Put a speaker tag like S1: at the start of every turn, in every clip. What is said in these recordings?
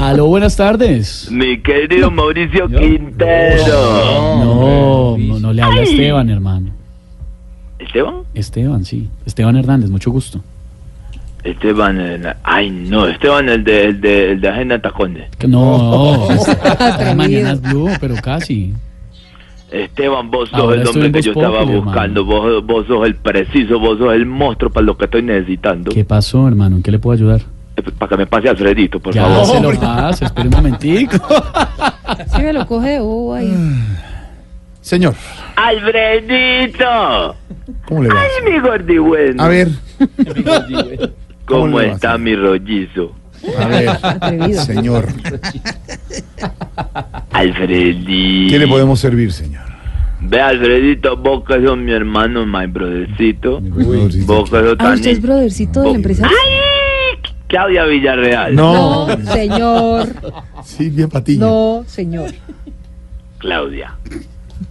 S1: Aló, buenas tardes.
S2: Mi querido Mauricio Quintero.
S1: No, no, no le habla Esteban, hermano.
S2: ¿Esteban?
S1: Esteban, sí. Esteban Hernández, mucho gusto.
S2: Esteban, el- ay no, Esteban el de, el de, el de Agenda Tacones.
S1: Que No, es- era Mañanas Blue, pero casi.
S2: Esteban, vos sos
S1: Ahora
S2: el
S1: estoy
S2: hombre
S1: en
S2: que
S1: Voz
S2: yo estaba
S1: Populi,
S2: buscando, vos, vos sos el preciso, vos sos el monstruo para lo que estoy necesitando.
S1: ¿Qué pasó, hermano? ¿En qué le puedo ayudar?
S2: Eh, Para que me pase Alfredito, por
S1: Ya
S2: favor.
S1: se lo pasa, espere un momentico.
S3: Sí, me lo coge de bobo ahí.
S2: Mm.
S4: Señor,
S2: ¡Alfredito!
S4: ¿cómo le va?
S2: ¡Ay, mi gordibueno!
S4: A ver,
S2: ¿Cómo,
S4: ¿cómo le va,
S2: está
S4: señor?
S2: mi rollizo?
S4: a ver,
S3: Atrevido.
S4: señor,
S2: Alfredito.
S4: ¿qué le podemos servir, señor?
S2: Ve, Alfredito, vos que sos mi hermano, my brothercito.
S4: Uy.
S2: Vos que sos
S3: Ah,
S2: tan...
S3: ¿usted es brothercito del
S2: Bo-
S3: empresario?
S2: Oh. ¡Ay! Claudia Villarreal.
S4: No,
S3: No, señor.
S4: Silvia Patiño.
S3: No, señor.
S2: Claudia.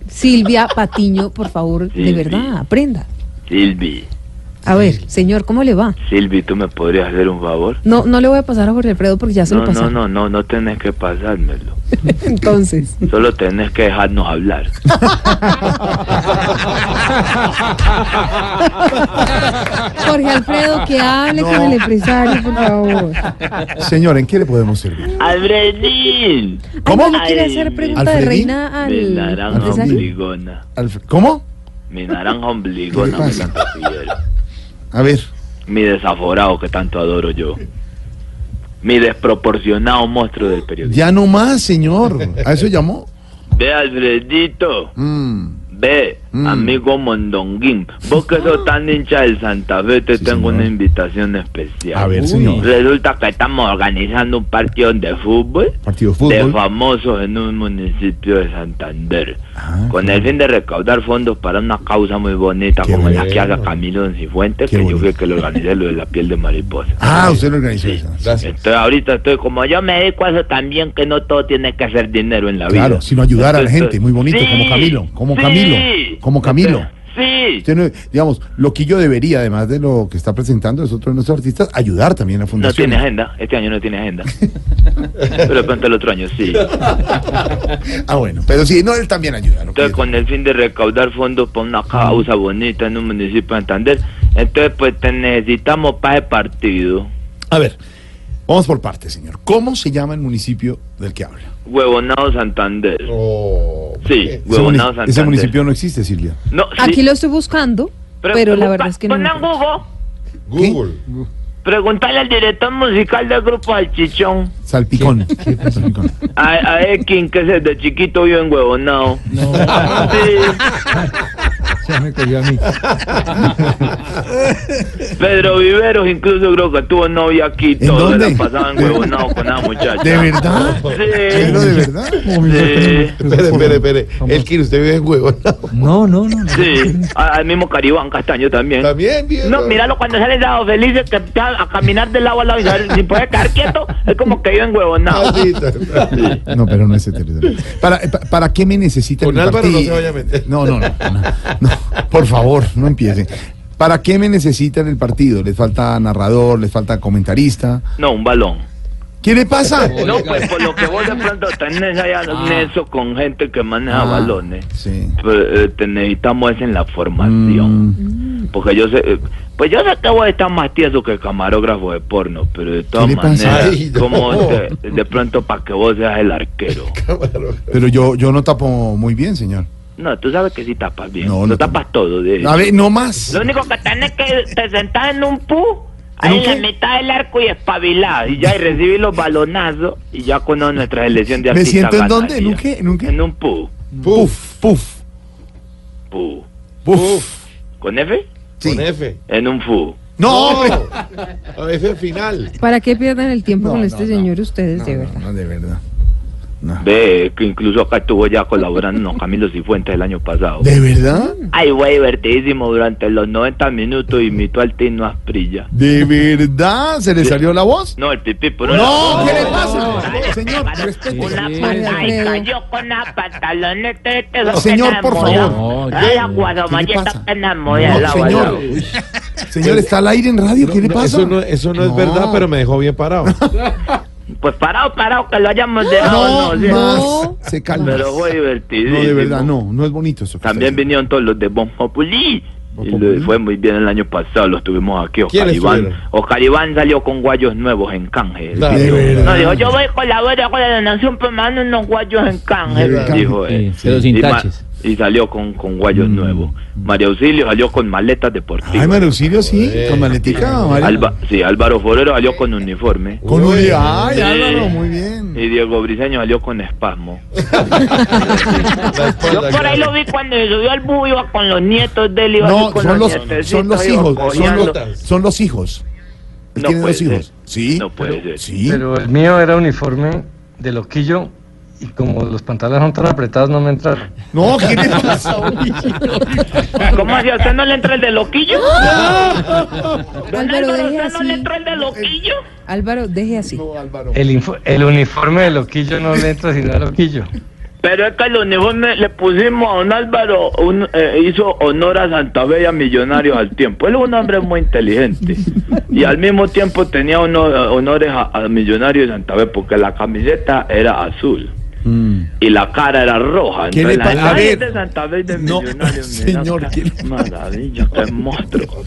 S3: Silvia Patiño, por favor, de
S2: Silvi.
S3: verdad, aprenda.
S2: Silvi.
S3: A ver, señor, ¿cómo le va?
S2: Silvi, ¿tú me podrías hacer un favor?
S3: No, no le voy a pasar a Jorge Alfredo porque ya se
S2: No,
S3: lo pasó.
S2: no, no, no, no tenés que pasármelo.
S3: Entonces,
S2: Solo tenés que dejarnos hablar.
S3: Jorge Alfredo, que hable con el empresario, por favor.
S4: Señor, ¿en qué le podemos servir?
S2: ¡Alfredín!
S4: ¿Cómo?
S3: Ay, no le quiere
S2: Ay,
S3: hacer
S2: mi-
S3: pregunta de
S4: ¿Alfredín?
S3: reina al
S2: Mi naranja
S4: ¿Empresario?
S2: ombligona.
S4: Alfred- ¿Cómo?
S2: Mi naranja ombligona, mi
S4: pasa?
S2: lapicero.
S4: A ver,
S2: Mi desaforado que tanto adoro yo. Mi desproporcionado monstruo del periodismo.
S4: ya no más, señor. ¿A eso llamó?
S2: Ve, Alfredito.
S4: Mm,
S2: Ve,
S4: Mm.
S2: amigo Mondonguín, vos que sos tan hincha del Santa Fe, te tengo una invitación especial.
S4: A ver, señor.
S2: Resulta que estamos organizando un partido de fútbol
S4: Partido de
S2: de
S4: fútbol.
S2: famosos en un municipio de Santander,
S4: Ah,
S2: con el fin de recaudar fondos para una causa muy bonita
S4: Qué
S2: como la que
S4: bueno.
S2: haga Camilo Don Cifuentes,
S4: Qué
S2: que yo
S4: bonito.
S2: fui el que lo organizé lo de la piel de mariposa.
S4: Ah, usted lo organizó. esa.
S2: Estoy, ahorita estoy como yo me dedico a eso también, que no todo tiene que ser dinero en la vida.
S4: Claro, sino ayudar a la gente, muy bonito,
S2: Sí,
S4: como Camilo, como
S2: sí.
S4: Camilo, como Camilo.
S2: Sí,
S4: Usted no- digamos, lo que yo debería, además de lo que está presentando nosotros, nuestros artistas, ayudar también a la
S2: No
S4: fundación.
S2: tiene agenda, este año no tiene agenda. Pero de pronto el otro año sí.
S4: Ah, bueno, pero sí, no, él también ayuda. lo que
S2: Entonces, con el fin de recaudar fondos para una causa bonita en un municipio de Santander, entonces, pues te necesitamos para el partido.
S4: A ver, vamos por partes, señor. ¿Cómo se llama el municipio del que habla?
S2: Huevonado Santander. Sí,
S4: Ese, muni-
S2: Huevonado Santander.
S4: ese municipio no existe, Silvia.
S2: No,
S3: Aquí
S2: sí.
S3: lo estoy buscando,
S2: Pre-
S3: pero la
S2: busca-
S3: verdad es que no. lo
S2: Ponla en
S3: encuentro.
S2: Google.
S4: Google.
S2: Preguntale al director musical del grupo Salchichón.
S4: Salpicón. Salpicón.
S2: A, a Ekin, que desde chiquito vive en Huevonao. No. Sí. Pedro Viveros incluso creo que tuvo novia aquí.
S4: ¿En
S2: Todos
S4: dónde?
S2: la pasaban huevonao con la muchacha.
S4: ¿De verdad? ¿Pero de verdad?
S2: Sí,
S5: Espere, espere, espere. El que usted vive en huevo.
S6: No, no, no. no.
S2: sí, sí. A- Al mismo Caribán Castaño también.
S5: También bien.
S2: No, míralo cuando sale dado feliz que está a caminar del lado al lado y saber si puede quedar quieto, es como que vive en huevonao.
S4: No, pero no es territorio. ¿Para, eh, pa- ¿Para qué me necesitan
S5: Con
S4: el
S5: Álvaro
S4: partido?
S5: no se vaya a meter.
S4: No, no, no, no, no. Por favor, no empiece. ¿Para qué me necesitan el partido? ¿Les falta narrador? ¿Les falta comentarista?
S2: No, un balón.
S4: ¿Qué le pasa?
S2: No, pues por lo que vos de pronto tenés allá en eso con gente que maneja
S4: Ah,
S2: balones.
S4: Sí.
S2: Pues, eh, te necesitamos es en la formación.
S4: Mm,
S2: Porque yo sé, eh, pues yo sé que vos estás más tieso que camarógrafo de porno, pero de todas
S4: le pasa?
S2: maneras,
S5: Ay, no.
S2: como te- de pronto para que vos seas el arquero.
S4: Pero yo, yo no tapo muy bien, señor.
S2: No, tú sabes que sí tapas bien,
S4: No,
S2: no,
S4: no
S2: tapas todo. De
S4: A ver, no más.
S2: Lo único que tenés es que te sentás en un pu,
S4: ¿En
S2: ahí
S4: un
S2: en la
S4: qué?
S2: mitad del arco y espabilás, y ya y recibís los balonazos, y ya con nuestra selección de
S4: ¿Me
S2: artistas
S4: siento en dónde?
S2: ganaría.
S4: ¿En un qué? ¿En un qué?
S2: En un pu,
S4: Puf, puf,
S2: pu.
S4: puf.
S2: ¿Con F?
S4: Sí.
S5: Con F.
S2: En un fu.
S4: No, hombre.
S5: A F al final.
S3: ¿Para qué pierdan el tiempo
S4: No,
S3: con
S4: no,
S3: este
S4: no.
S3: señor ustedes, de
S4: No,
S3: verdad?
S4: no, de verdad. No.
S2: Ve, que incluso acá estuvo ya colaborando con Camilo Cifuentes el año pasado.
S4: ¿De verdad?
S2: Ay, güey, divertidísimo. Durante los 90 minutos imitó al Tino Asprilla.
S4: ¿De verdad? ¿Se le salió la voz?
S2: No, el pipí, pero
S4: No,
S2: era-
S4: ¿qué le pasa? Señor, respete.
S2: Una
S1: Sí,
S2: pata-
S3: sí.
S2: ay, cayó con la pantaloneta de este
S4: No,
S2: que
S4: señor,
S2: se
S4: por
S2: enamoró.
S1: favor. No,
S2: Ay,
S1: ¿qué?
S4: ¿Qué le
S2: aguadomalleta
S4: pasa?
S2: que enamoró,
S4: No,
S2: la
S4: señor.
S2: guadomalleta.
S4: Señor, ¿está al aire en radio? ¿Qué le
S5: No,
S4: pasa?
S5: Eso no, eso no es
S4: No.
S5: verdad, pero me dejó bien parado.
S2: Pues parado, parado, que lo hayamos dejado.
S4: No,
S2: No,
S4: más. Se calma.
S2: Pero fue divertido.
S4: No, de verdad, no. No es bonito eso. que
S2: También
S4: está diciendo.
S2: vinieron todos los de Bon Populi.
S4: Bon
S2: Y
S4: Populi.
S2: le fue muy bien el año pasado, los tuvimos aquí. Oscar
S5: ¿Quiénes
S2: Iván.
S5: estuvieron?
S2: Oscar Iván salió con guayos nuevos en canje.
S5: Claro.
S4: De verdad.
S2: No, dijo, yo voy a colaborar con la donación, pero me dan unos guayos en canje.
S4: De verdad.
S2: Dijo, él.
S1: Sí, pero sin
S2: y, ma-
S1: taches.
S2: y salió con, con guayos nuevos. María Auxilio salió con maletas deportivas.
S4: Mm. Ay, Mario Auxilio, sí.
S5: Joder.
S4: Con maletica, Mario.
S2: Alba- sí, Álvaro Forero salió con uniforme.
S4: Con un...
S5: Uy.
S4: Ay,
S2: Sí.
S4: Álvaro, muy bien.
S2: Y Diego Briseño salió con espasmo.
S5: La espalda
S2: Yo por ahí
S5: grande.
S2: lo vi cuando se subió al bus, iba con los nietos de él, iba
S4: No,
S2: así con
S4: son los,
S2: nietecitos,
S4: son los
S2: iba
S4: hijos. Son
S2: cojeando.
S4: los, son los hijos. Él
S2: No
S4: tiene
S2: puede
S4: dos hijos.
S2: ser.
S4: Sí.
S2: No puede ser.
S4: Sí.
S6: Pero el mío era uniforme de loquillo y como los pantalones son tan apretados no me entraron.
S4: No, ¿qué le pasa?
S2: ¿Cómo así? ¿A usted no le entra el de loquillo? Don
S3: Álvaro,
S2: Álvaro, ¿a
S3: deje
S2: usted no le
S3: así.
S2: entra el de loquillo?
S3: Álvaro, deje así.
S4: Álvaro.
S6: El, info- el uniforme de loquillo no le entra sino a loquillo.
S2: Pero es que el uniforme le pusimos a don Álvaro, un- eh, hizo honor a Santa Fe y a Millonarios al tiempo. Él es un hombre muy inteligente. Y al mismo tiempo tenía uno- eh, honores a, a Millonarios y Santa Fe porque la camiseta era azul. Y la cara era roja.
S4: Mm. ¿Qué
S2: Entonces,
S4: le
S2: la
S4: pasa? A
S2: imagen
S4: ver.
S2: de Santa Fe y de
S4: No,
S2: Millonarios, mira,
S4: señor, ¿qué le
S2: qué maravilla, qué monstruo.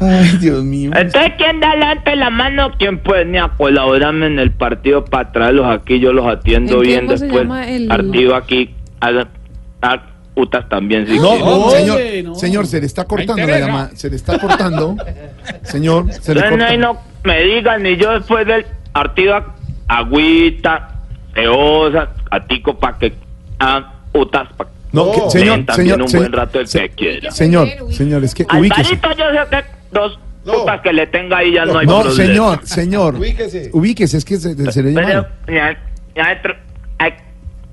S4: Ay, Dios mío.
S2: Entonces, ¿quién da adelante la mano? ¿Quién puede venir a colaborarme en el partido para traerlos aquí? Yo los atiendo
S3: ¿En qué
S2: bien
S3: cómo se
S2: después.
S3: llama el-
S2: Partido aquí. A, a- utas también, si
S4: No,
S2: quieren.
S4: no,
S1: Oye,
S4: señor,
S1: no.
S4: señor, se le está cortando la
S1: interesa.
S4: llamada, se le está cortando, señor, se le
S2: Entonces, no,
S4: corta.
S2: y no me digan, ni yo después del partido a- agüita, teosa, a tico para que. A, utas para
S4: No, que-
S5: No.
S4: señor,
S2: también
S4: señor,
S2: un
S4: señor,
S2: buen rato el que
S4: se-
S2: quiera.
S4: Señor, señor, es que ubíquese.
S2: Alvarito, yo sé que dos
S5: No.
S2: putas que le tenga ahí ya no, hay
S4: No,
S2: problema.
S4: señor, señor,
S5: Ubíquese.
S4: ubíquese, es que se, se le
S2: Pero,
S4: llama.
S2: ya, ya entro- ay,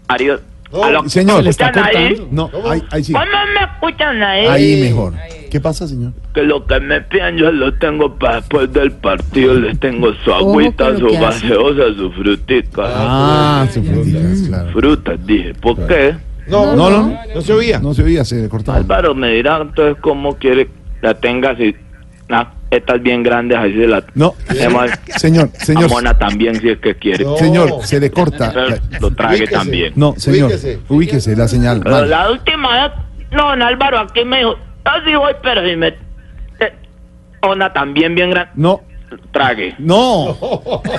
S2: adiós.
S5: No,
S2: A lo-
S4: Señor,
S2: ¿me
S4: le está
S2: escuchan ahí?
S1: cortando.
S4: No, ahí, ahí sí,
S2: ¿Cómo me escuchan ahí?
S4: ahí mejor. ¿Qué pasa, señor?
S2: Que lo que me pidan yo lo tengo para después del partido. Les tengo su
S3: Ojo con
S2: agüita,
S3: lo
S2: su
S3: que hace.
S2: gaseosa, su frutica.
S4: Ah, se fue, digas, claro.
S2: Frutas, dije. ¿Por qué?
S5: No,
S4: No,
S5: no,
S4: no.
S5: no, no se oía.
S4: No se oía, se le cortaba.
S2: Álvaro me dirá entonces cómo quiere la tenga si las estas bien grandes así se la
S4: No,
S2: hacemos
S4: señor,
S2: a
S4: señor,
S2: Mona también si es que quiere.
S5: No.
S4: señor, se le corta.
S2: Pero lo trague
S5: Ubíquese.
S2: también.
S4: No, señor,
S5: Ubíquese.
S4: ubíquese, la señal.
S2: Pero
S4: mal.
S2: la última vez, no, don Álvaro aquí me dijo, yo sí voy, pero si me... eh, Ona también bien grande,
S4: No,
S2: trague.
S4: no,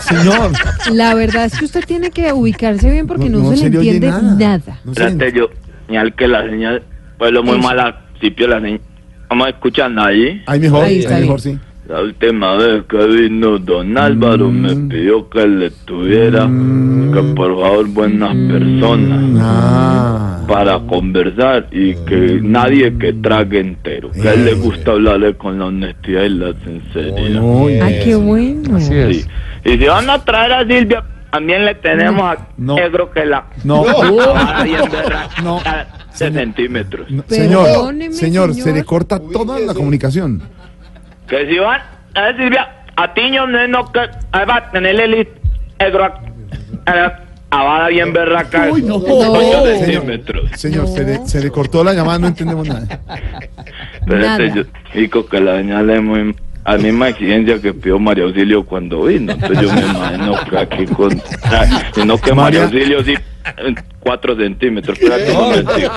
S4: señor.
S3: La verdad es que usted tiene que ubicarse bien porque no, se, le
S4: oye
S3: entiende nada.
S4: No se le-
S2: Espérate yo, ni al que la señal, pueblo muy
S3: Eso.
S2: mala, si pio la señal. Vamos escuchando allí.
S4: Ahí mejor,
S3: Ahí
S4: ahí
S3: está
S4: mejor, sí.
S2: La última vez que vino don Álvaro
S4: Mm.
S2: me pidió que le tuviera, que por favor buenas personas
S4: Mm. Ah.
S2: para conversar y que nadie que trague entero. Que a él le
S4: Eh.
S2: gusta hablarle con la honestidad y la sinceridad.
S4: Muy
S3: Ay, Ah, qué bueno.
S6: Eh, Así
S2: Sí.
S6: es.
S2: Y si van a traer a Silvia, también le tenemos a
S4: No.
S2: negro que la
S4: No.
S2: vara bien berra-
S4: No.
S2: de centímetros.
S4: Señor,
S3: Perdóneme,
S4: señor, se le
S3: señor.
S4: corta toda la comunicación.
S2: Que si van a Silvia, a Tiño no que ahí va a tener el hit- negro a, a- a vara bien berraca.
S1: Uy, no.
S2: Ocho
S4: Señor,
S2: centímetros.
S4: Señor, se le, se le cortó la llamada, no entendemos nada.
S2: Pero este,
S3: Nada.
S2: yo digo que la señal es muy a la misma exigencia que pidió María Auxilio cuando vino. Entonces yo me imagino que aquí con. ah, Sino que María
S4: María-
S2: Auxilio sí, eh, cuatro centímetros. Espérate un momentico.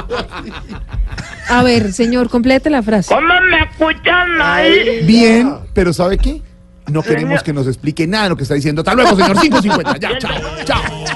S3: A ver, señor, complete la frase.
S2: ¿Cómo me escuchan ahí?
S4: Bien, pero ¿sabe qué? No queremos que nos explique nada de lo que está diciendo. Hasta luego, señor. 550. Ya, chao, chao.